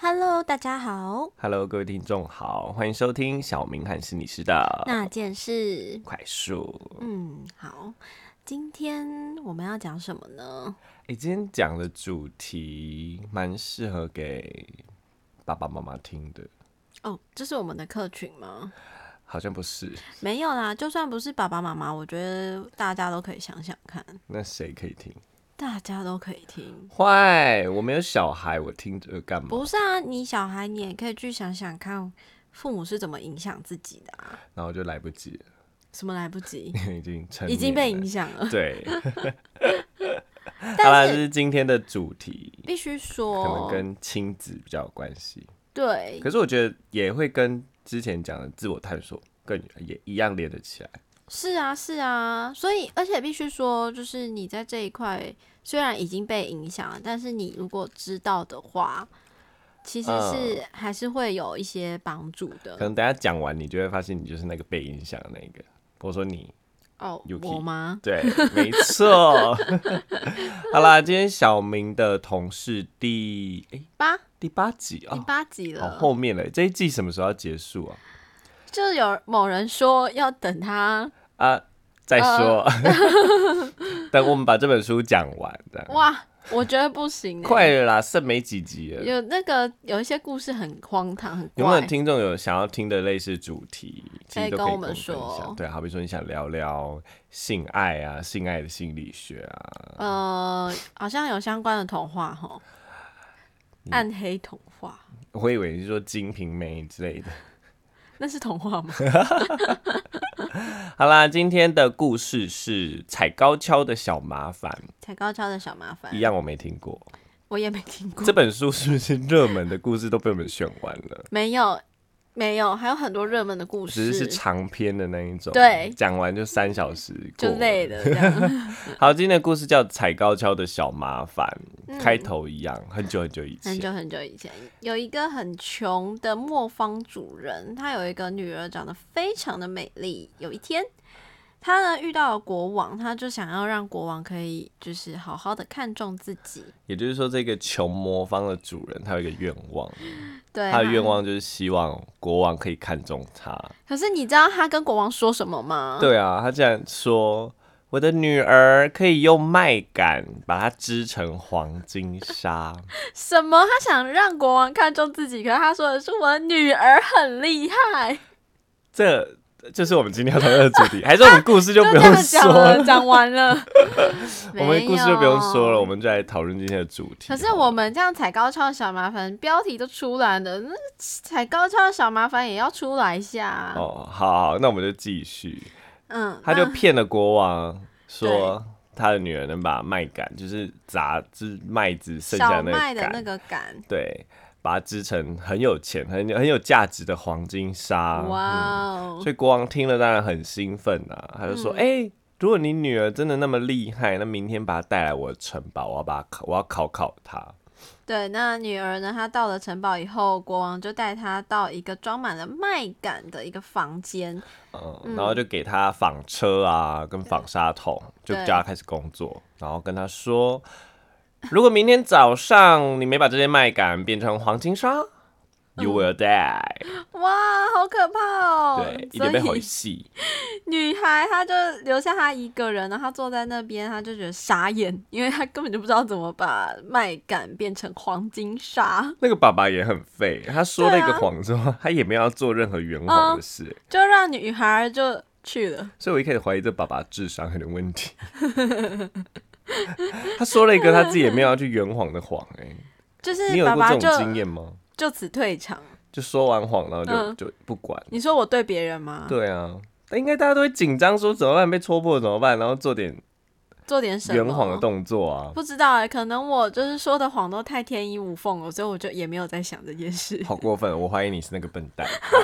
Hello，大家好， Hello，各位听众好，欢迎收听小明和心理师的那件事，快速。嗯，好，今天我们要讲什么呢？哎、今天讲的主题蛮适合给爸爸妈妈听的，哦，这是我们的客群吗？好像不是？没有啦，就算不是爸爸妈妈，我觉得大家都可以想想看，那谁可以听？大家都可以听。坏，我没有小孩，我听这个干嘛？不是啊，你小孩你也可以去想想看，父母是怎么影响自己的啊？然后就来不及了，，什么来不及因为已经成已经被年影了响了。对。 好啦，但这是哦是今天的主题，必须可能说，跟亲子比较有关系。对可是我觉得也会跟之前讲的自我探索更也一样连得起来。是啊，是啊，所以而且必须说，就是你在这一块虽然已经被影响了，但是你如果知道的话，其实是、还是会有一些帮助嗯可的。能等一下讲完，你就会发现你就是那个被影响的那个。我说你哦， Yuki 我吗？对，没错。 好啦，今天小明的同事第诶八第八集第啊、八集好了，后面嘞，这一季什么时候要结束啊？就有某人说要等他，啊，再呃说， 等我们把这本书讲完，这样哇，我觉得不行、欸，快了啦，剩没几集了。有那个有一些故事很荒唐，很有没有怪，听众有想要听的类似主题，其可以实跟都可以我们分享说对，好比说你想聊聊性爱啊，性爱的心理学啊，呃，好像有相关的童话吼，嗯暗黑童话，我以为你是说《金瓶梅》之类的。那是童话吗？ 好啦，今天的故事是踩高跷的小麻烦，踩高跷的小麻烦一，样我没听过。我也没听过这。本书是不是热门的故事都被我们选完了？没有，没有，还有很多热门的故只事，是是长篇的那一种，对讲完就三小时过就了累了这 样。好，今天的故事叫《踩高跷的小麻烦》，开头一样，很久很久以嗯前很。久很久以前，有一个很穷的磨坊主人，他有一个女儿长得非常的美丽。有一天，他呢遇到了国王，他就想要让国王可以就是好好的看重自己。也就是说，这个穷魔方的主人他有一个愿望，对，啊他的愿。望就是希望国王可以看中他。可是你知道他跟国王说什么吗？对啊，他竟然说我的女儿可以用麦秆把它织成黄金纱，什么？他想让国王看重自己，可是他说的是我的女儿很厉害。 这就是我们今天要讨论的主 题，还是我们故事就不就这用样说讲了，讲完了。 我们故事就不用说了，我没有。们就来讨论今天的主题哦好可了。是我们这样踩高跷的小麻烦，标题都出来了，那踩高跷的小麻烦也要出来一下啊。哦，好好，那我们就继续。嗯，他就那骗了国王，对说他的女儿能把麦秆，就是杂枝麦子剩下小的那个麦的秆那个杆，对，把它织成很有钱、很有很有价值的黄金纱。嗯哇哦所，以国王听了当然很兴奋啊，他就说：“哎、嗯如果你女儿真的那么厉害，那明天把她带来我的城堡，我要把她考，我要考考她。对，那女儿呢？她到了城堡以后，国王就带她到一个装满了麦秆的一个房间。嗯，然后就给她纺车啊，跟纺纱桶，就对叫她开始工作，然后跟她说：如果明天早上你没把这些麦秆变成黄金纱，you will die、哇，嗯好可怕哦！对，一所点被以回戏。女孩她就留下她一个人，然后她坐在那边，她就觉得傻眼，因为她根本就不知道怎么把麦秆变成黄金沙， 那个爸爸也很废，他说了一对个啊嗯谎之后，他也没有要做任何圆谎的事，就让女孩就去了。所以我一开始怀疑这爸爸智商有点问题。 他说了一个他自己也没有要去圆谎的谎、就哎，你是有爸过爸这就种经验吗？就此退场。就说完谎，然后就、嗯就不管。你说我对别人吗？对啊，但应该大家都会紧张，说怎么办？被戳破怎么办？然后做点做点什么？圆谎的动作啊， 不知道哎、可能我就是说的谎都太天衣无缝了，所以我就也没有在想这件 事。好过分！我怀疑你是那个笨蛋。好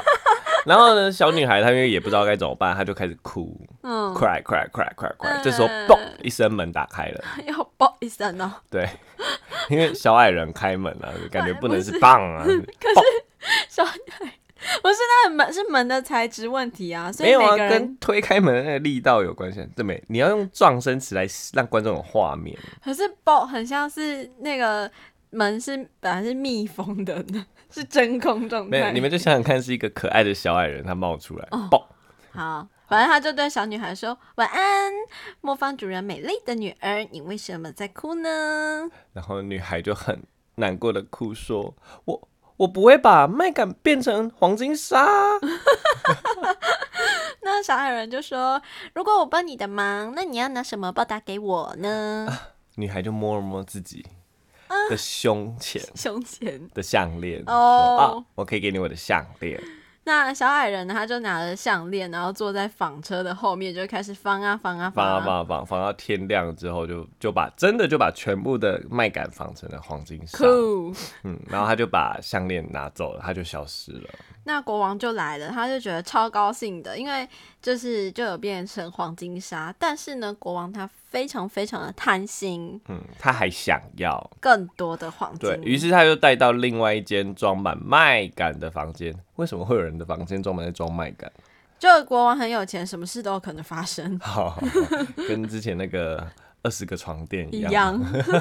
然后呢，小女孩她因为也不知道该怎么办，她就开始哭。嗯， cry cry cry cry cry，嗯这时候嘣一声门打开了， 要爆一声 哦，对， 因为小矮人开门了、就感觉不能不是是棒啊，小女孩。 不是那个门是门的材质问题啊，所没以有每啊，个人跟推开门的那个力道有关系，对没？你要用撞声词来让观众有画面，可是爆很像是那个门是本来是密封的， 是真空状没有，态。你们就想想看，是一个可爱的小矮人，他冒出来，哦爆，好，反正他就对小女孩说：“晚安，磨坊主人美丽的女儿，你为什么在哭呢 然后女孩就很难过的哭说：“我我不会把麦秆变成黄金沙啊。？”那小矮人就说：“如果我帮你的忙，那你要拿什么报答给我 呢？”女孩就摸了摸自己的胸前胸前。的项链，说：“哦啊啊，我可以给你我的项链。”那小矮人呢他就拿着项链，然后坐在纺车的后面，就开始翻啊翻啊放啊啊。放啊放，放到天亮之后就就把真的就把全部的麦秆放成了黄金沙，酷！嗯，然后他就把项链拿走了，他就消失了。那国王就来了，他就觉得超高兴的，因为就是就有变成黄金沙。但是呢，国王他非常非常的贪心，嗯，他还想要，更多的黄金。对于是他就带到另外一间装满麦秆的房间。为什么会有人的房间装满在装麦秆？。就国王很有钱，什么事都有可能发生 好，跟之前那个二十个床垫 一一样。啊样，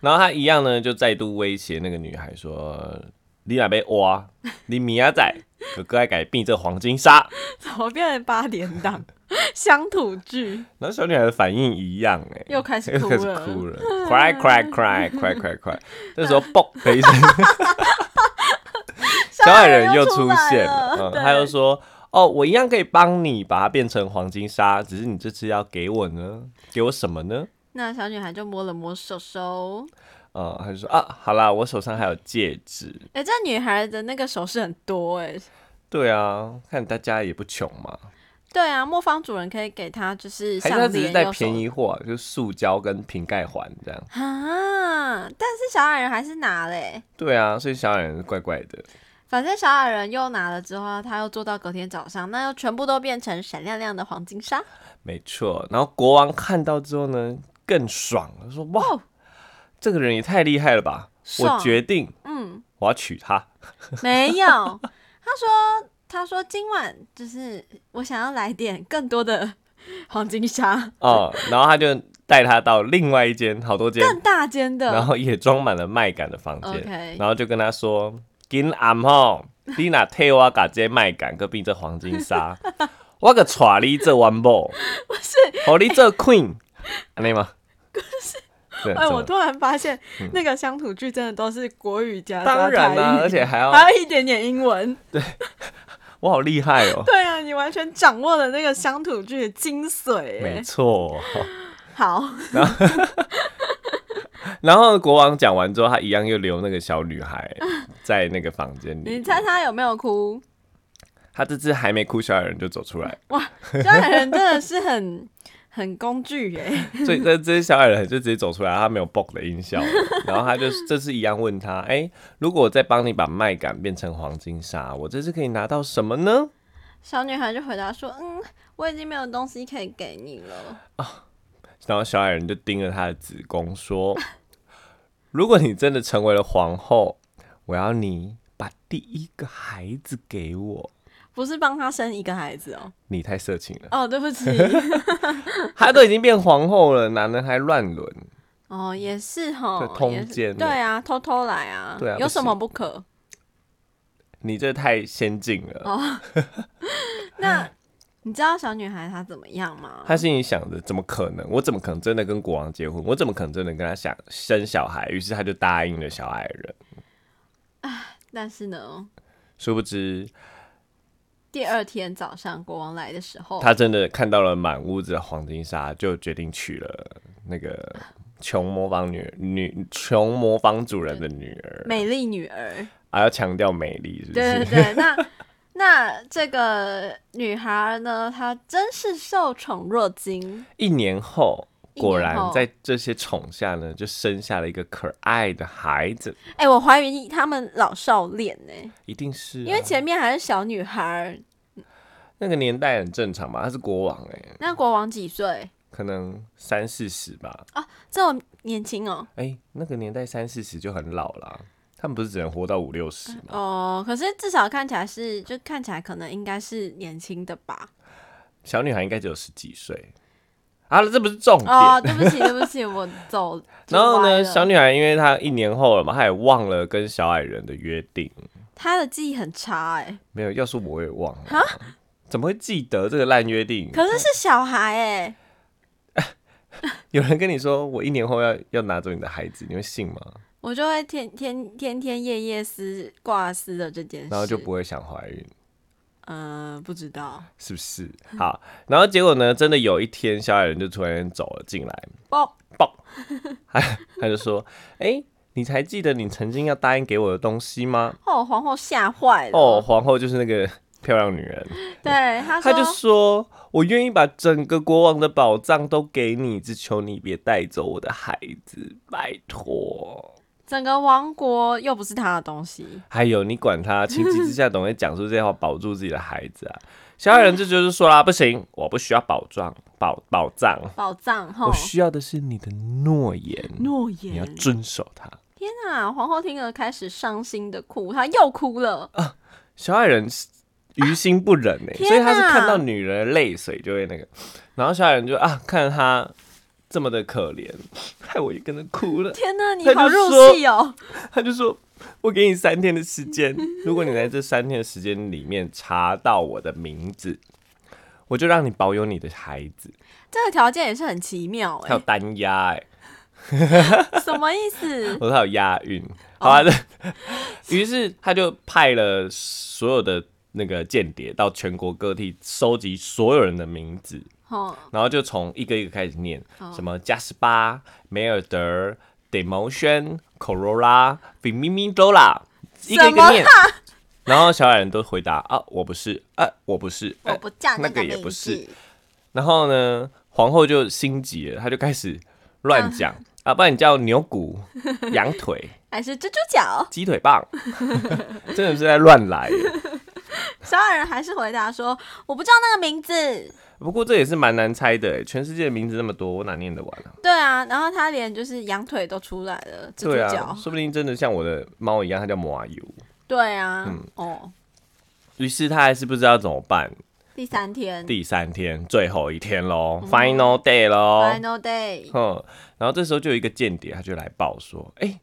然后他一样呢，就再度威胁那个女孩说：“你哪被 挖？你米亚仔哥哥爱改变这黄金沙。”怎么变成八点档乡土 剧？然后小女孩的反应一样、欸，哎，又开始又哭开始了哭了，cry cry cry cry cry cry，这 时候嘣的一声，小矮人又出现了，嗯，对他又说。哦，我一样可以帮你把它变成黄金沙，只是你这次要给我呢，给我什么呢？那小女孩就摸了摸手手，呃，他就说啊，好啦，我手上还有戒指。哎、这女孩的那个手势很多哎、对啊，看大家也不穷嘛，对啊，磨坊主人可以给她就是项还是他链，只是在又手便宜货，就是塑胶跟瓶盖环这样。啊，但是小矮人还是拿嘞、对啊，所以小矮人怪怪的。反正小矮人又拿了之后，他又做到隔天早上，那又全部都变成闪亮亮的黄金 沙。没错，然后国王看到之后呢，更爽了，说：“哇，哦这个人也太厉害了吧！我爽决定嗯，我要娶她。没有，他说他说今晚就是我想要来点更多的黄金沙，哦，然后他就带她到另外一间好多间，更大间然的。后也装满了麦秆的房间 OK 然后就跟她说：“今暗 吼，你若替我把这麦秆搁变这黄金沙，我个娶你做王某，不是，和你做 queen，安尼吗？”对，哎，怎我么嗯突然发现那个乡土剧真的都是国语哎加当然啦、啦、而且还要还有一点点英文。我好厉害哦，对啊，你完全掌握了那个乡土剧的精髓没耶。错。好，然后国王讲完之后，他一样又留那个小女孩在那个房间你里。猜他有没有哭？他这次还没哭，小矮人就走出来，这样的人真的是很很工具耶、所以这这些小矮人就直接走出来，他没有 b o 的音效。然后他就这次一样问他：“哎、如果我再帮你把麦秆变成黄金沙，我这次可以拿到什么呢小女孩就回答说：“嗯，我已经没有东西可以给你了。？”然后小矮人就盯着他的子宫说：“ 如果你真的成为了皇后，我要你把第一个孩子给我。””不是帮她生一个孩子哦。你太色情了，哦，对不起。她都已经变皇后了，男人还乱伦。哦，也是哈对，通奸也是对啊，偷偷来啊。对啊有不什么不可？你这太先进了。那你知道小女孩她怎么样吗？他心里想着，怎么可能？我怎么可能真的跟国王结婚？我怎么可能真的跟他想生小孩？于是他就答应了小矮人。但是呢，殊不知，第二天早上国王来的时候，他真的看到了满屋子的黄金沙，就决定娶了那个穷魔方女女穷魔方主人的女儿。美丽女儿。啊，要强调美丽，是不对对是？对，那。那这个女孩呢？她真是受宠若惊，一年后，一年后果然在这些宠下呢，就生下了一个可爱的孩子，哎、我怀疑他们老少恋呢、一定是啊、嗯因为前面还是小女孩儿。那个年代很正常嘛，他是国王哎、那国王几岁？可能三四十吧。这么年轻哦、哎、那个年代三四十就很老啦，他们不是只能活到五六十吗？哦，可是至少看起来是，就看起来可能应该是年轻的吧。小女孩应该只有十几岁，啊，这不是重点。哦，对不起，对不起，我走。 然后歪呢，了小女孩因为她一年后了嘛，她也忘了跟小矮人的约定。她的记忆很差哎、没有，要是我也忘了， 怎么会记得这个烂约定？可是是小孩哎、有人跟你说我一年后要要拿走你的孩子，你会信吗？我就会天天天天夜夜思挂思的这件事，然后就不会想怀孕，嗯、不知道是不是？嗯好，然后结果呢，真的有一天小矮人就突然走了进来，哦，他就说：“哎、你才记得你曾经要答应给我的东西吗哦，皇后吓坏？”了哦，，皇后就是那个漂亮女人，对，她说她就说：“我愿意把整个国王的宝藏都给你，只求你别带走我的孩子，拜托。”整个王国又不是她的东西，还有你管他，情急之下总会讲出这些话，保住自己的孩子啊。小矮人这就是说啦，不行，我不需要保障，保保障，宝藏哈我，需要的是你的诺言，诺你要言。遵守它。天啊，皇后听了开始伤心的哭，她又哭了。啊小矮人是于心不忍哎、天所以他是哪看到女人的泪水就会那个，然后小矮人就啊，看着他这么的可怜， 害我也跟着哭了。天啊哪，你她就好入说戏哦！他就说：“我给你三天的时 间，如果你在这三天的时间里面查到我的名字，我就让你保有你的孩子。这个条件也是很奇妙还 有哎、单押、欸，什么意思？我说还有押韵。哦好啊， 这于是他就派了所有的那个间谍到全国各地收集所有人的名字，哦，然后就从一个一个开始念，哦什么加斯巴、梅尔德、Demotion、Corolla、比咪咪多啦，一个一啊个念。然后小矮人都回答啊，我不是，啊，我不是，我哎不叫那个个也名不是字然后呢，皇后就心急了，她就开始乱讲啊，不然你叫 牛骨、羊腿、还是蜘蛛脚。鸡腿棒， 真的是在乱来耶。小矮人还是回答说：“我不知道那个 名字。不过这也是蛮难猜的耶，全世界的名字那么多，我哪念得完啊？”对啊，然后他连就是羊腿都出来了，蜘蛛对脚啊，。说不定真的像我的猫一样，它叫摩油。对啊，嗯哦，于是他还是不知道怎么办。第三天第三天，最后一天喽、f i n a l day 喽。嗯，Final Day，哼，然后这时候就有一个间谍，他就来报说，哎、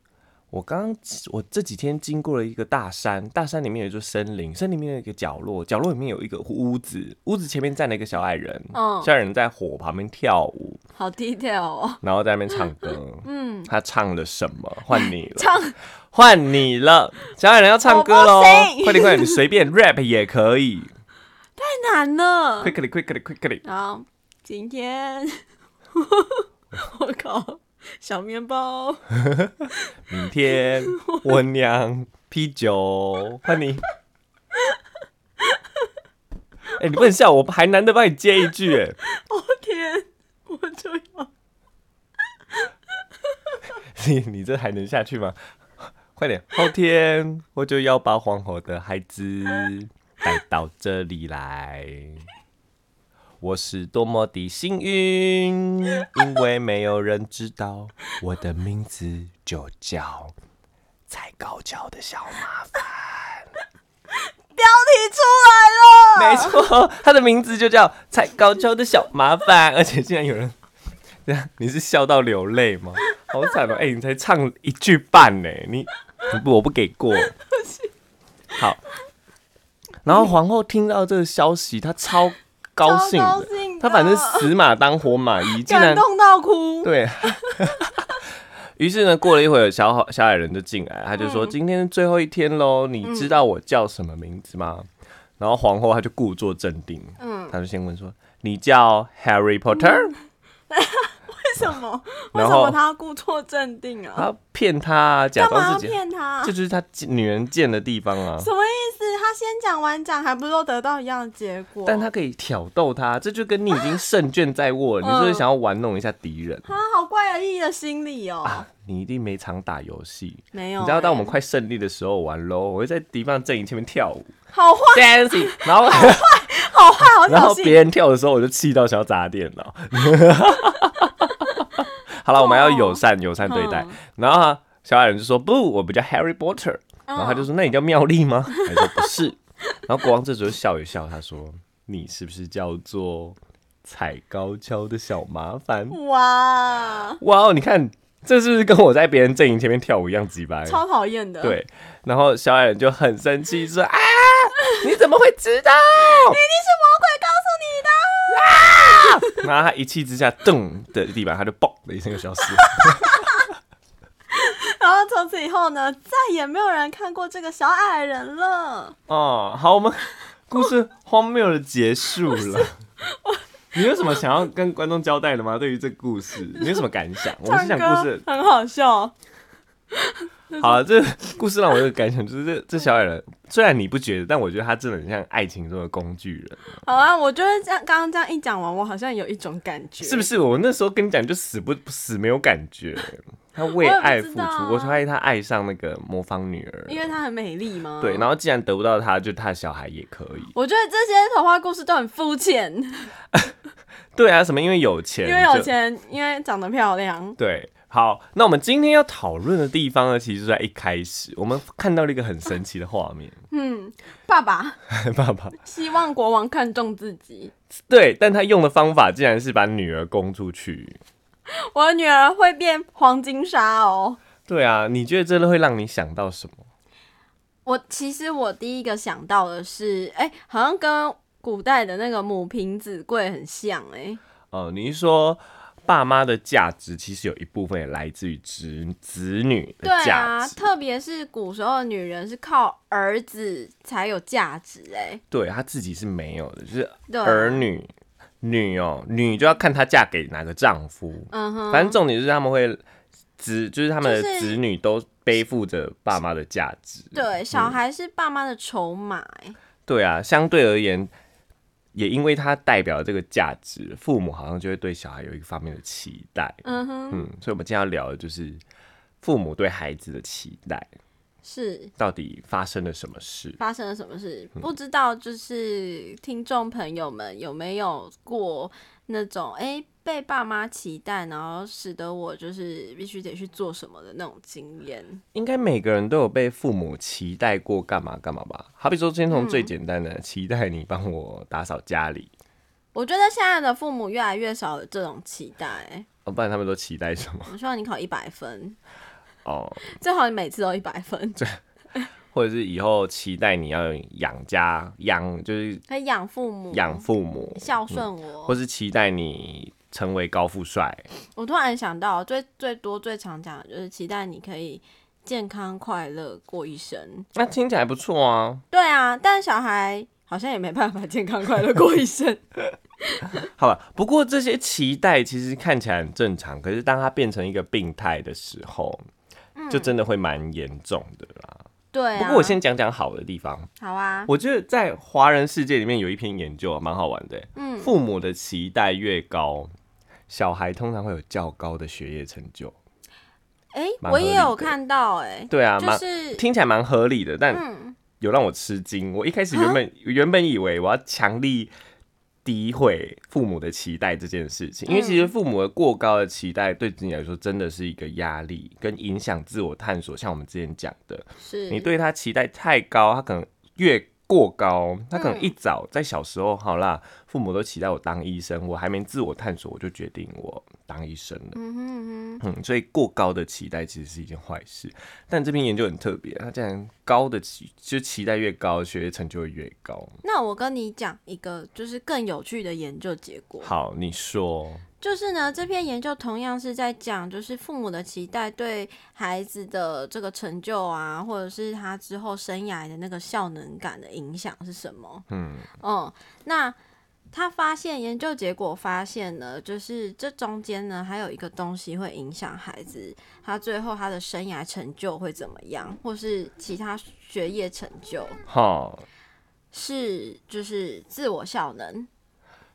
我刚刚我这几天经过了一个大山，大山里面有一座森林，森林里面有一个角落，角落里面有一个屋子，屋子前面站了一个小矮人，嗯小矮人在火旁边跳舞，好 detail 哦，然后在那边唱歌，嗯，他唱了什么？换你了，唱换你了，小矮人要唱歌喽我不，行快点快点，你随便 rap 也可以太难哦了。 ，quickly quickly quickly，然后今天， 我靠，小面包，哦明天我酿啤酒，换你。哎、你不能笑我，还难得帮你接一句哎， 我天，我就要你你这还能下去吗？快点，后天我就要把皇后的孩子带到这里来。我是多么的幸运，因为没有人知道我的名字就叫踩高脚的小麻烦。标题出来了，没错，他的名字就叫踩高跷的小麻烦，而且竟然有人，这样你是笑到流泪吗？ 好惨哦！哎、你才唱一句半呢，你你不我不给过。好，然后皇后听到这个消息，她超高兴超的高，兴的她反正死马当活马医，竟感然动到 哭，对。于是呢，过了一会儿，小好小矮人就进来，他就嗯说：“今天是最后一天喽，你知道我叫什么名字吗？”然后皇后她就故作镇定，嗯，她就先问说：“你叫 Harry Potter？” 为什 么？为然什后么他要故作镇定啊？她骗他，假干嘛装要自己，骗他？这就是她女人贱的地方 啊。什么意思？他先讲完讲，还不是都得到一样的结果？但她可以挑逗他，这就跟你已经胜券在 握了，你嗯就是想要玩弄一下敌人。啊，好怪异的心理哦、你一定没常打游戏，没有、啊你知道，当我们欸快胜利的时候玩 LO，我会在敌方阵营前面跳舞好坏 dancing，然后。 好坏，好然小后别心。人跳的时候，我就气到想要砸电脑。 好了，我们要友善友善对待嗯。然后啊小矮人就说：“不，我不叫 Harry Potter。”然后他就哦说：“那你叫妙丽吗？”他说：“不是。”然后国王这时候笑一笑，他说：“你是不是叫做踩高跷的小麻烦。哇，哇哦，你看这是不是跟我在别人阵营前面跳舞一样鸡掰？超讨厌的。，哎对，然后小矮人就很生气说：“啊，你怎么会知道？”一定是魔鬼告诉你的。 然后他一气之下，噔的地板，他就嘣的一声就消失了。然后从此以后呢，再也没有人看过这个小矮人了。 哦，好，我们故事荒谬的结束了。 你有什么想要跟观众交代的吗？对于这个故事，你有什么感想？我们是唱歌讲故事，很好笑，好了，这故事让我有个感想，就是这这小矮人，虽然你不觉得，但我觉得他真的很像爱情中的工具人，好啊！我觉得这样刚刚这样一讲完，我好像有一种感觉，是不是？我那时候跟你讲，就死不死没有感觉，他为我也不爱知付道啊出，我怀疑他爱上那个魔方女儿，因为她很美丽吗？对，然后既然得不到他，就他的小孩也可以。我觉得这些童话故事都很肤浅，对啊，什么因为有 钱，因为有就钱，因为长得漂亮。对，好，那我们今天要讨论的地方呢，其实就在一开始，我们看到了一个很神奇的画面，嗯，爸 爸爸爸希望国王看重自己，对，但他用的方法竟然是把女儿供出去。我的女儿会变黄金沙哦。对啊，你觉得这会让你想到什么？我其实我第一个想到的是，哎、好像跟古代的那个母凭子贵很像、哎，哦、你是说爸妈的价值其实有一部分也来自于子子女的对价啊，值，特别是古时候的女人是靠儿子才有价值、哎，对他自己是没有的，就是对，啊儿女女哦、女就要看她嫁给哪个丈夫，嗯哼，反正重点就是他们会子，就是他们的就是子女都背负着爸妈的价值。对，小孩是爸妈的筹码、哎，对啊，相对而言，也因为他代表这个价值，父母好像就会对小孩有一个方面的期待。嗯哼，嗯，所以我们今天要聊的就是父母对孩子的期待是。到底发生了什么事。发生了什么事？嗯不知道，就是听众朋友们有没有过那种诶被爸妈期待，然后使得我就是必须得去做什么的那种经验？应该每个人都有被父母期待过干嘛干嘛吧？好比说，先从嗯最简单的，期待你帮我打扫家里，我觉得现在的父母越来越少有这种期待。欸哦，不然他们都期待什么？我希望你考一百分，哦，最好你每次都一百分，或者是以后期待你要养家养，就是可以养父母，养父母，嗯孝顺我。或是期待你成为高富帅。我突然想到，最最多最常讲的就是期待你可以健康快乐过一生。那听起来不错啊。对啊，但小孩好像也没办法健康快乐过一 生。好了，不过这些期待其实看起来很正常，可是当它变成一个病态的时候，就真的会蛮严重的啦。嗯对啊，不过我先讲讲好的地方，好啊，我觉得在华人世界里面有一篇研究啊蛮好玩的欸、嗯父母的期待越高，小孩通常会有较高的学业成就。哎、蛮合我理也有的看到、诶，对啊，哎，就蛮、是听起来蛮合理的，但嗯，有让我吃惊。我一开始原本原本以为我要强力诋毁父母的期待这件事情，因为其实父母的过高的期待对自己来说真的是一个压力，跟影响自我探索。像我们之前讲的，是你对他期待太高，他可能越过高，他可能一早在小时候，好啦，父母都期待我当医生，我还没自我探索，我就决定我当医生了。嗯哼嗯哼，嗯，所以过高的期待其实是一件坏事。但这篇研究很特别，它竟然高的期就期待越高，学业成就会越高。那我跟你讲一个就是更有趣的研究结果，好，你说，就是呢，这篇研究同样是在讲，就是父母的期待对孩子的这个成就啊，或者是他之后生涯的那个效能感的影响是什么。嗯，嗯，那他发现研究结果发现呢，就是这中间呢还有一个东西会影响孩子，他最后他的生涯成就会怎么样，或是其他学业成就好，是就是自我效能。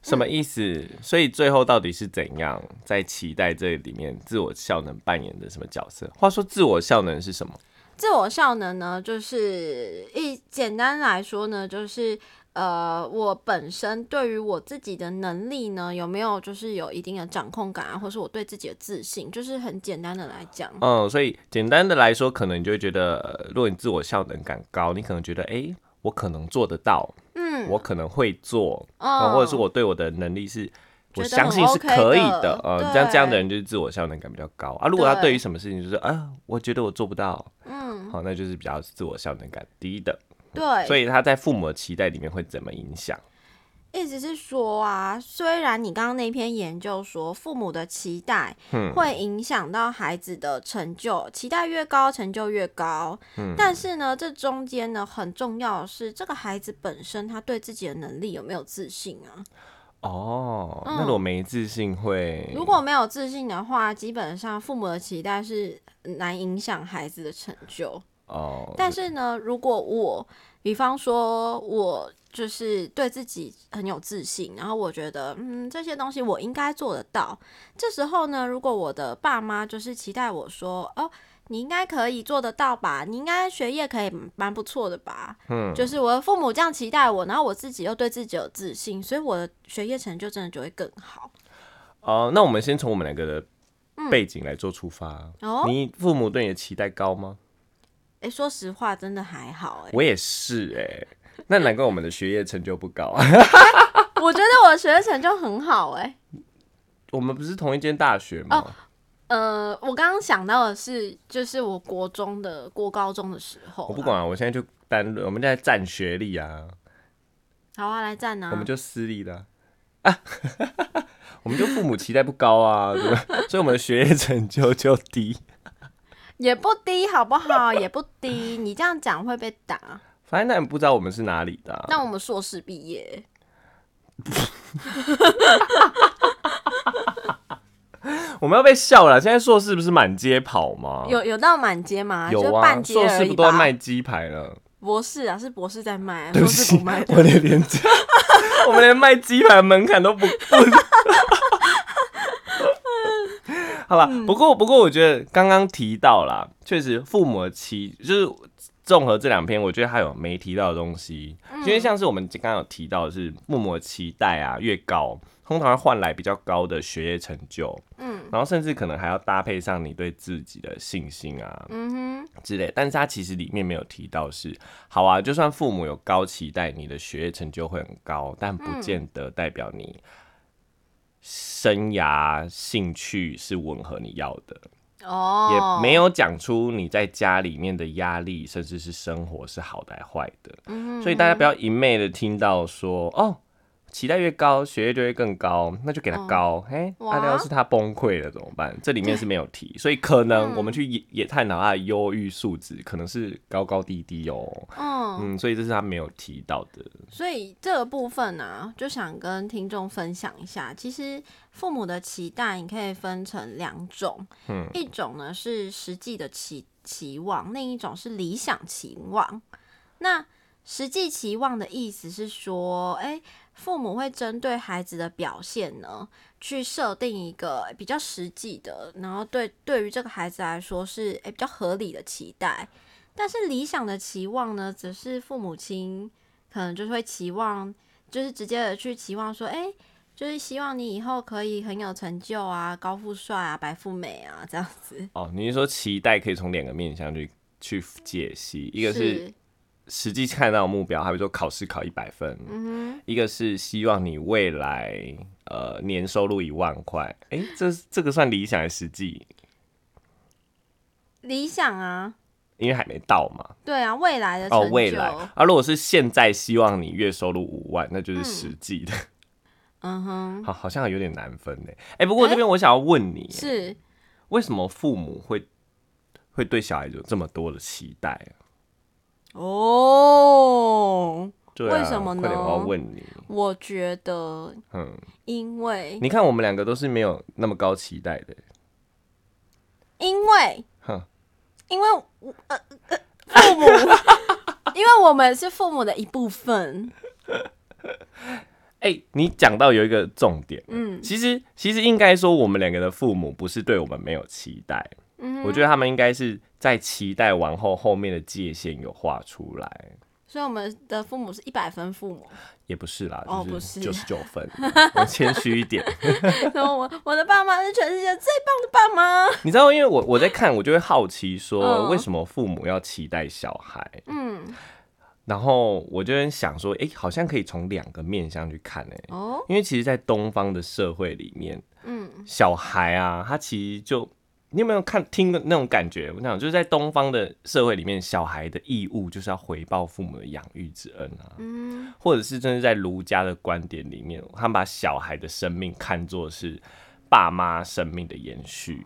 什么意思？所以最后到底是怎样在期待这里面自我效能扮演的什么角色？话说，自我效能是什么？自我效能呢，就是一简单来说呢，就是呃，我本身对于我自己的能力呢，有没有就是有一定的掌控感啊，或是我对自己的自信，就是很简单的来讲，嗯，所以简单的来说，可能你就会觉得，呃如果你自我效能感高，你可能觉得，哎、我可能做得到，嗯，我可能会做，哦或者是我对我的能力是我觉得相很信是 OK 可以的呃，这样这样的对人就是自我效能感比较高啊。如果他对对于什么事情就是啊，我觉得我做不到，嗯，好，那就是比较自我效能感低的。对，所以他在父母的期待里面会怎么影响？意思是说啊，虽然你刚刚那篇研究说父母的期待会影响到孩子的成就，期待越高，成就越高。但是呢，这中间呢，很重要的是这个孩子本身他对自己的能力有没有自信啊？哦，那如果没自信会，嗯如果没有自信的话，基本上父母的期待是难影响孩子的成就。哦，但是呢，如果我，比方说，我就是对自己很有自信，然后我觉得，嗯，这些东西我应该做得到。这时候呢，如果我的爸妈就是期待我说，哦，你应该可以做得到吧，你应该学业可以蛮不错的吧，嗯，就是我的父母这样期待我，然后我自己又对自己有自信，所以我的学业成就真的就会更好。哦，那我们先从我们两个的背景来做出发。嗯哦，你父母对你的期待高吗？诶，说实话，真的还好、诶，我也是哎、那难怪我们的学业成就不高啊。 我觉得我的学业成就很好、诶。我们不是同一间大学哦吗？呃，我刚刚想到的是，就是我国中的、国高中的时候啦。我不管、啊，我现在就单论，我们现在占学历啊，好啊，来站啊！我们就私立的啊， 啊我们就父母期待不高啊， 对吧？所以我们的学业成就就低。也不低，好不好？也不低，你这样讲会被打。反正那你不知道我们是哪里的啊、那我们硕士毕业，我们要被笑了。现在硕士不是满街跑吗？有有到满街吗？有就啊半，街硕而士已不都在吧。卖鸡排了？博士啊，是博士在卖，对硕不士起不卖，的。我连 连这，我们连卖鸡排的门槛都不 不。好了，嗯不过不过，我觉得刚刚提到啦，确实父母的期就是综合这两篇，我觉得还有没提到的东西，嗯因为像是我们刚刚有提到的是父母的期待啊越高，通常会换来比较高的学业成就，嗯，然后甚至可能还要搭配上你对自己的信心啊，嗯哼，之类，但是他其实里面没有提到是，好啊，就算父母有高期待，你的学业成就会很高，但不见得代表你生涯兴趣是吻合你要的，哦，也没有讲出你在家里面的压力，甚至是生活是好的还坏的，所以大家不要一昧的听到说哦。期待越高，学业就会更高，那就给他高。嘿，那、哇要是他崩溃了怎么办？这里面是没有提，所以可能我们去也也探讨他的忧郁数值，可能是高高低低哦。嗯，嗯，所以这是他没有提到的。所以这个部分呢、就想跟听众分享一下。其实父母的期待，你可以分成两种，嗯，一种呢是实际的期期望，另一种是理想期望。那实际期望的意思是说，诶，父母会针对孩子的表现呢，去设定一个比较实际的，然后对对于这个孩子来说是诶比较合理的期待。但是理想的期望呢，只是父母亲可能就是会期望，就是直接的去期望说，哎、就是希望你以后可以很有成就啊，高富帅啊，白富美啊，这样子。哦，你是说期待可以从两个面向去去解析，一个是实际看到的目标，好比说考试考一百分，嗯一个是希望你未来呃年收入一万块，哎、这这个算理想还是实际？理想啊，因为还没到嘛。对啊，未来的成哦就，，未来啊，如果是现在希望你月收入五万，那就是实际的。 嗯哼，好，好像有点难分呢。哎、不过这边我想要问你，是为什么父母会会对小孩有这么多的期待啊？哦，对啊为什么呢快点，我要问你。我觉得，嗯，因为你看我们两个都是没有那么高期待的。因为哼，因为我呃呃父母， 因为我们是父母的一部分，哎、你讲到有一个重点，嗯其实其实应该说我们两个的父母不是对我们没有期待，嗯我觉得他们应该是在期待完后后面的界限有画出来。所以我们的父母是一百分父母。也不是啦，哦就是不九是十九分， 我谦虚一点。然后我我的爸妈是全世界最棒的爸妈。你知道，因为我我在看，我就会好奇说，嗯为什么父母要期待小孩？嗯，然后我就很想说，哎、好像可以从两个面向去看哎、哦，因为其实，在东方的社会里面，嗯，小孩啊，他其实就你有没有看听的那种感觉？我想就是在东方的社会里面，小孩的义务就是要回报父母的养育之恩啊，嗯，或者是甚至在儒家的观点里面，他们把小孩的生命看作是爸妈生命的延续，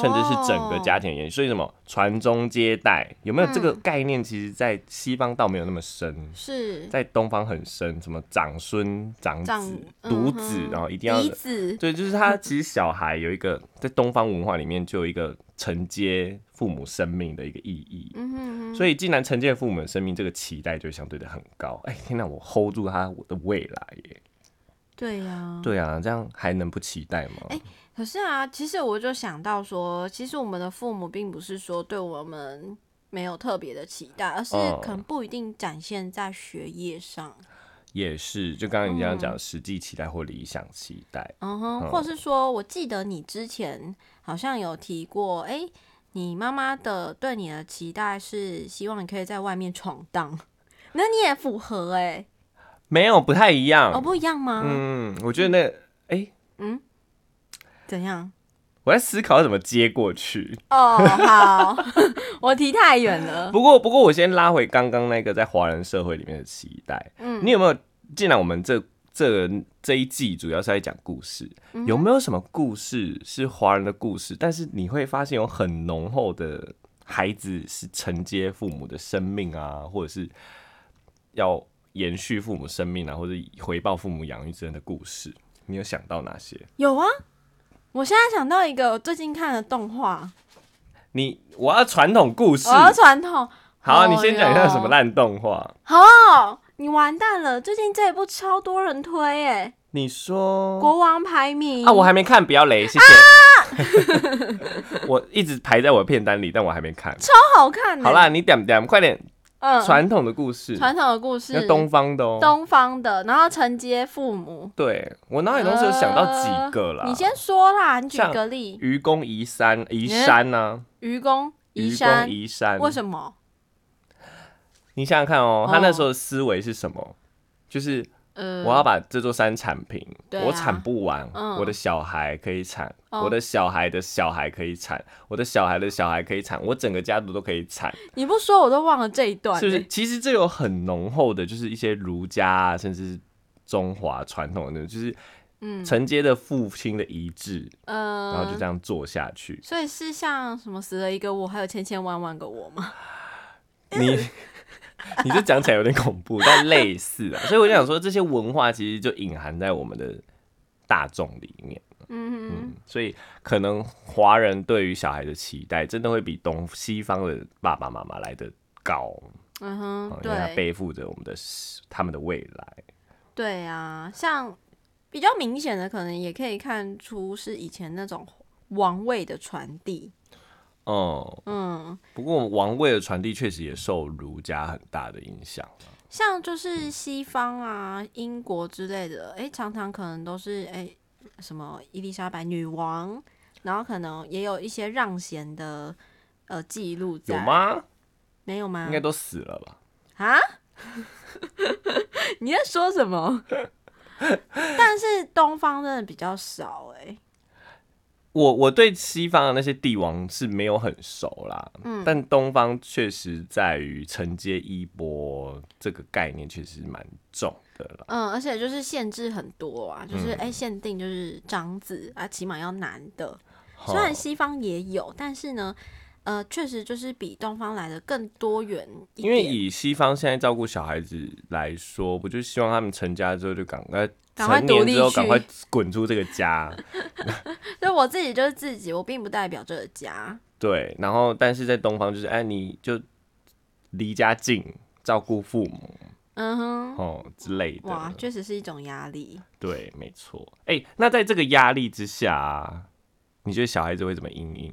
甚至是整个家哦，庭的延续。所以什么传宗接代嗯有没有这个概念？其实，在西方倒没有那么深。是在东方很深，什么长孙、长长子、嗯独哼子，然后一定要嫡子，对，就是他其实小孩有一个在东方文化里面就有一个承接父母生命的一个意义，嗯哼哼，所以既然承接父母的生命，这个期待就相对的很高。哎，天哪，我 hold 住他我的未来耶！对呀，对啊，这样还能不期待吗？嗯哎可是啊，其实我就想到说，其实我们的父母并不是说对我们没有特别的期待，而是嗯可能不一定展现在学业上，也是，就刚刚你这样讲，实际期待或理想期待，嗯哼，嗯或是说我记得你之前好像有提过，哎、你妈妈的对你的期待是希望你可以在外面闯荡， 那你也符合哎、没有不太一样。哦，不一样吗？嗯，我觉得那哎、怎样？我在思考要怎么接过去。哦，好， 我提太远了。不过，不过我先拉回刚刚那个在华人社会里面的期待。嗯，你有没有？既然我们这这这一季主要是在讲故事，嗯有没有什么故事是华人的故事？但是你会发现有很浓厚的孩子是承接父母的生命啊，或者是要延续父母生命啊，或者回报父母养育之恩的故事。你 有想到哪些？有啊，我现在想到一个我最近看的动画，你我要传统故事。我要传统。好啊，你先讲一下哦什么烂动画。哦，你完蛋了！最近这一部超多人推诶，你说国王排名哦啊，我还没看，不要雷，谢谢。啊 我一直排在我的片单里，但我还没看。超好看呢。好啦，你点点，快点，嗯，传统的故事，传统的故事要，东方的哦。东方的，然后承接父母。对我脑海中是有想到几个啦。呃你先说啦，你举像个例，愚公移山，移山呢、愚公移愚公山，移山，为什么？你想想看哦，他哦那时候的思维是什么？就是呃，我要把这座山铲平，对啊我铲不完，嗯我的小孩可以铲，哦我的小孩的小孩可以铲，我的小孩的小孩可以铲，我整个家族都可以铲。你不说我都忘了这一段、是不是？欸。其实这有很浓厚的，就是一些儒家啊，甚至是中华传统的，就是嗯承接着父亲的遗志，呃，然后就这样做下去。所以是像什么死了一个我，还有千千万万个我吗？你 你这讲起来有点恐怖，但类似啊。所以我就想说，这些文化其实就隐含在我们的大众里面。嗯嗯，所以可能华人对于小孩的期待，真的会比东西方的爸爸妈妈来的高，哼，嗯哼啊，因为他对背负着我们的他们的未来。对啊，像比较明显的，可能也可以看出是以前那种王位的传递。嗯，嗯，不过王位的传递确实也受儒家很大的影响。像就是西方啊、英国之类的，诶，常常可能都是诶什么伊丽莎白女王，然后可能也有一些让贤的呃记录在，嗯有？吗？没有吗应？该都死了吧？啊？ 你在说什么？ 但是东方真的比较少哎、我我对西方的那些帝王是没有很熟啦，嗯但东方确实在于承接衣钵这个概念确实蛮重的啦。嗯，而且就是限制很多啊，就是嗯哎、限定就是长子啊，起码要男的。虽然齁西方也有，但是呢，呃，确实就是比东方来的更多元一因为点。以西方现在照顾小孩子来说，不就希望他们成家之后就赶快赶快成年独立之后去赶快滚出这个 家，所以我自己就是自己，我并不代表这个家。对，然后但是在东方就是哎你就离家近照顾父母，嗯哼，哦之类哇的，。确实是一种压力。对，没错。哎、那在这个压力之下啊，你觉得小孩子会怎么应应？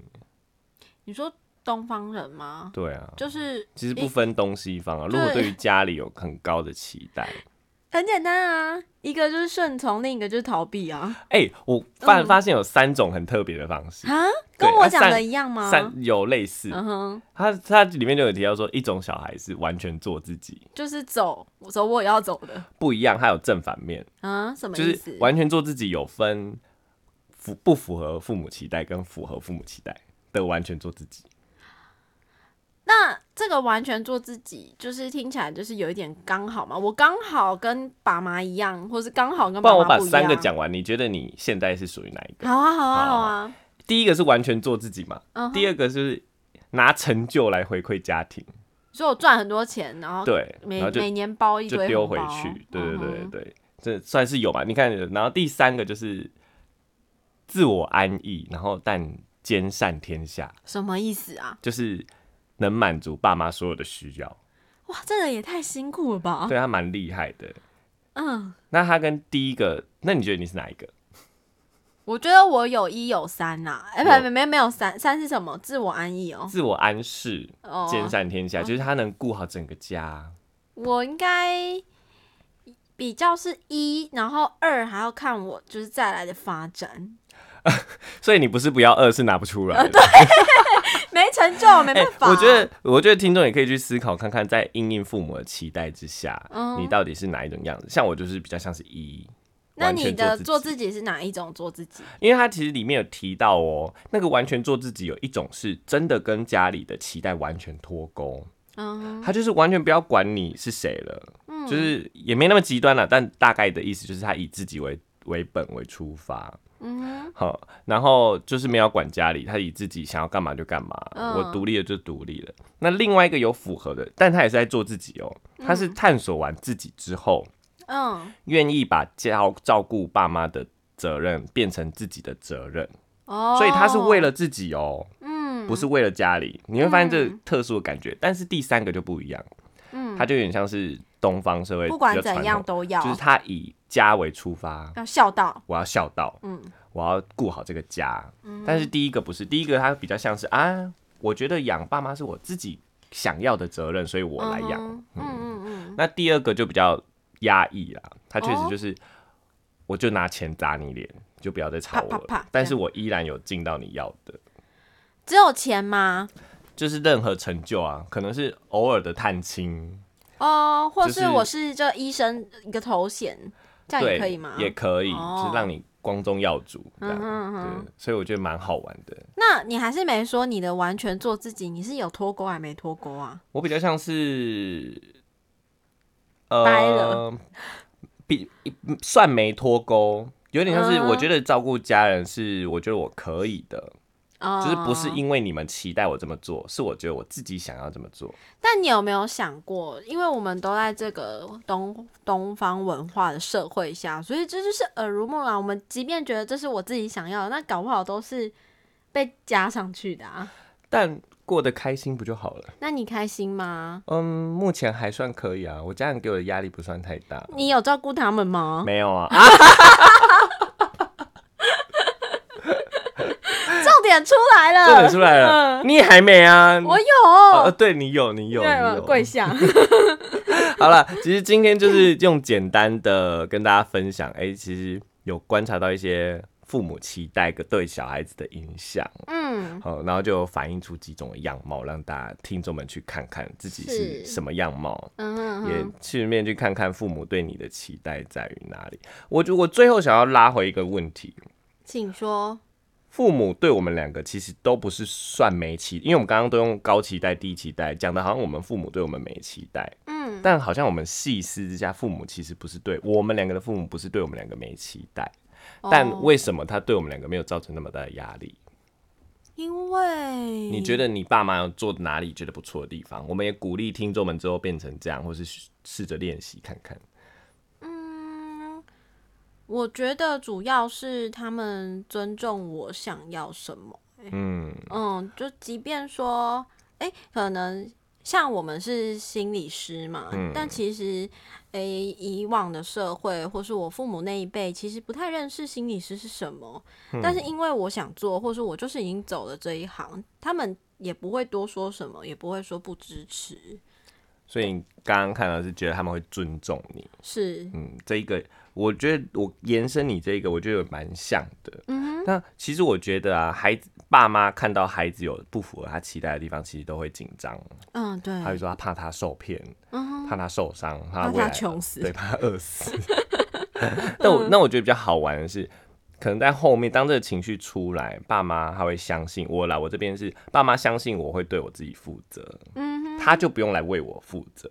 你说东方人吗？对啊，就是其实不分东西方啊。如果对对于家里有很高的期待，哎、很简单啊，一个就是顺从，另一个就是逃避啊。 哎、我发嗯发现有三种很特别的方式，啊，对跟啊我讲的散一样吗？三有类似，嗯哼，它它里面就有提到说，一种小孩是完全做自己，就是走，我走我也要走的不一样，它有正反面，啊，什么就意是思？完全做自己有分符不符合父母期待跟符合父母期待的完全做自己。那这个完全做自己，就是听起来就是有一点刚好嘛，我刚好跟爸妈一样，或是刚好跟不爸然我妈把不一样。三个讲完，你觉得你现在是属于哪一个？好啊，好啊，好好啊。第一个是完全做自己嘛，嗯哼，第二个就是拿成就来回馈家庭，所以我赚很多钱，然后对，哦每然后就每年包一就堆丢红回包去，对对对嗯哼对，这算是有吧？你看，然后第三个就是自我安逸，然后但兼善天下，什么意思啊？就是能满足爸妈所有的需要，哇，这个也太辛苦了吧？对他蛮厉害的。嗯，那他跟第一个，那你觉得你是哪一个？我觉得我有一有三呐、哎、有不，没没没有三，三是什么？自我安逸哦。自我安适，哦，兼善天下，就是他能顾好整个家。我应该比较是一，然后二还要看我就是再来的发展，所以你不是不要二，是拿不出来的。没成就没哎、办呃法。我觉得，我觉得听众也可以去思考看看，在应应父母的期待之下，嗯你到底是哪一种样子？像我就是比较像是一，那完全你的做做自己，自己是哪一种做自己？因为他其实里面有提到哦，那个完全做自己有一种是真的跟家里的期待完全脱钩，嗯，他就是完全不要管你是谁了，就是也没那么极端了，但大概的意思就是他以自己为为本为出发，嗯好，然后就是没有管家里，他以自己想要干嘛就干嘛，嗯我独立了就独立了。那另外一个有符合的，但他也是在做自己哦，嗯他是探索完自己之后，哼嗯，愿意把照照顾爸妈的责任变成自己的责任，哦，所以他是为了自己哦，嗯不是为了家里。你会发现这特殊的感觉，但是第三个就不一样，嗯，他就有点像是东方社会不比管较传怎样统都要就是他以家为出发，要孝道。我要孝道，嗯我要顾好这个家。但是第一个不是，第一个它比较像是啊，我觉得养爸妈是我自己想要的责任，所以我来养。嗯哼嗯嗯那第二个就比较压抑啦，他确实哦就是，我就拿钱砸你脸，就不要再吵啪我啪了。啪但是我依然有尽到你要的，嗯，只有钱吗？就是任何成就啊，可能是偶尔的探亲，哦，或就是是我是这医生一个头衔，这样对，也可以吗？也可以，哦就是让你光宗耀祖这样。嗯哼嗯哼对，所以我觉得蛮好玩的。那你还是没说你的完全做自己，你是有脱钩还没脱钩啊？我比较像是，呃掰了，比算没脱钩，有点像是嗯我觉得照顾家人是我觉得我可以的，啊就是不是因为你们期待我这么做，是我觉得我自己想要这么做。但你有没有想过，因为我们都在这个东东方文化的社会下，所以这就是耳濡目染。我们即便觉得这是我自己想要的，那搞不好都是被加上去的啊。但过得开心不就好了？那你开心吗？嗯，目前还算可以啊，我家人给我的压力不算太大。你有照顾他们吗？没有啊，啊重点出来了，这本出来了，你还没啊？嗯我哦呃有，对你有，你有，你对有，跪下。 好了，其实今天就是用简单的跟大家分享，哎、其实有观察到一些父母期待个对小孩子的影响，嗯，好，然后就反映出几种的样貌，让大家听众们去看看自己是是什么样貌。嗯哼也哼，顺便去看看父母对你的期待在于哪里。我觉得我最后想要拉回一个问题：请说。父母对我们两个其实都不是算没期，因为我们刚刚都用高期待、低期待讲的，好像我们父母对我们没期待。嗯，但好像我们细思之下，父母其实不是对我们两个的父母不是对我们两个没期待，但哦为什么他对我们两个没有造成那么大的压力？因为你觉得你爸妈有做哪里觉得不错的地方？我们也鼓励听众们之后变成这样，或是试着练习看看。我觉得主要是他们尊重我想要什么。欸嗯，嗯，就即便说，哎、可能像我们是心理师嘛，嗯但其实，哎、以往的社会或是我父母那一辈，其实不太认识心理师是什么。嗯但是因为我想做，或是我就是已经走了这一行，他们也不会多说什么，也不会说不支持。所以你刚刚看到是觉得他们会尊重你，是，嗯，这一个我觉得我延伸你这一个，我觉得有蛮像的。嗯哼，那其实我觉得啊，孩子爸妈看到孩子有不符合他期待的地方，其实都会紧张，嗯，对他，会说他怕他受骗，嗯哼，怕他受伤，怕怕他未他嗯来穷死，对，怕他饿死。 但我那我觉得比较好玩的是，可能在后面当这个情绪出来，爸妈他会相信我啦。我这边是爸妈相信我会对我自己负责，嗯哼，他就不用来为我负责。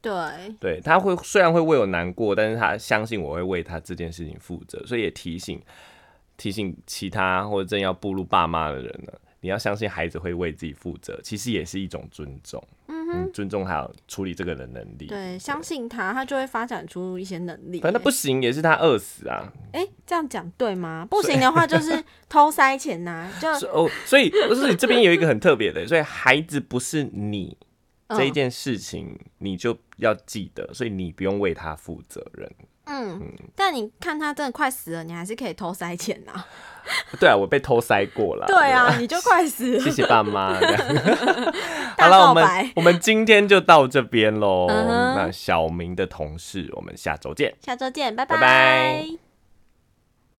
对，对，他会虽然会为我难过，但是他相信我会为他这件事情负责，所以也提醒提醒其他或者正要步入爸妈的人呢，你要相信孩子会为自己负责，其实也是一种尊重，嗯嗯，尊重还有处理这个人的能力。对，相信他，他就会发展出一些能力。反正不哎、行也是他饿死啊，诶这样讲对吗？不行的话 就是偷塞钱呐、就所以哦，所以不是这边有一个很特别的，所以孩子不是你这一嗯件事情，你就要记得，所以你不用为他负责任。嗯，但你看他真的快死了，你还是可以偷塞钱呐、对啊，我被偷塞过了。对啊，你就快死对，谢了。谢爸 妈。这样好大了，我告们白，我们今天就到这边喽。嗯哼那小明的同事，我们下周见。下周见，拜拜拜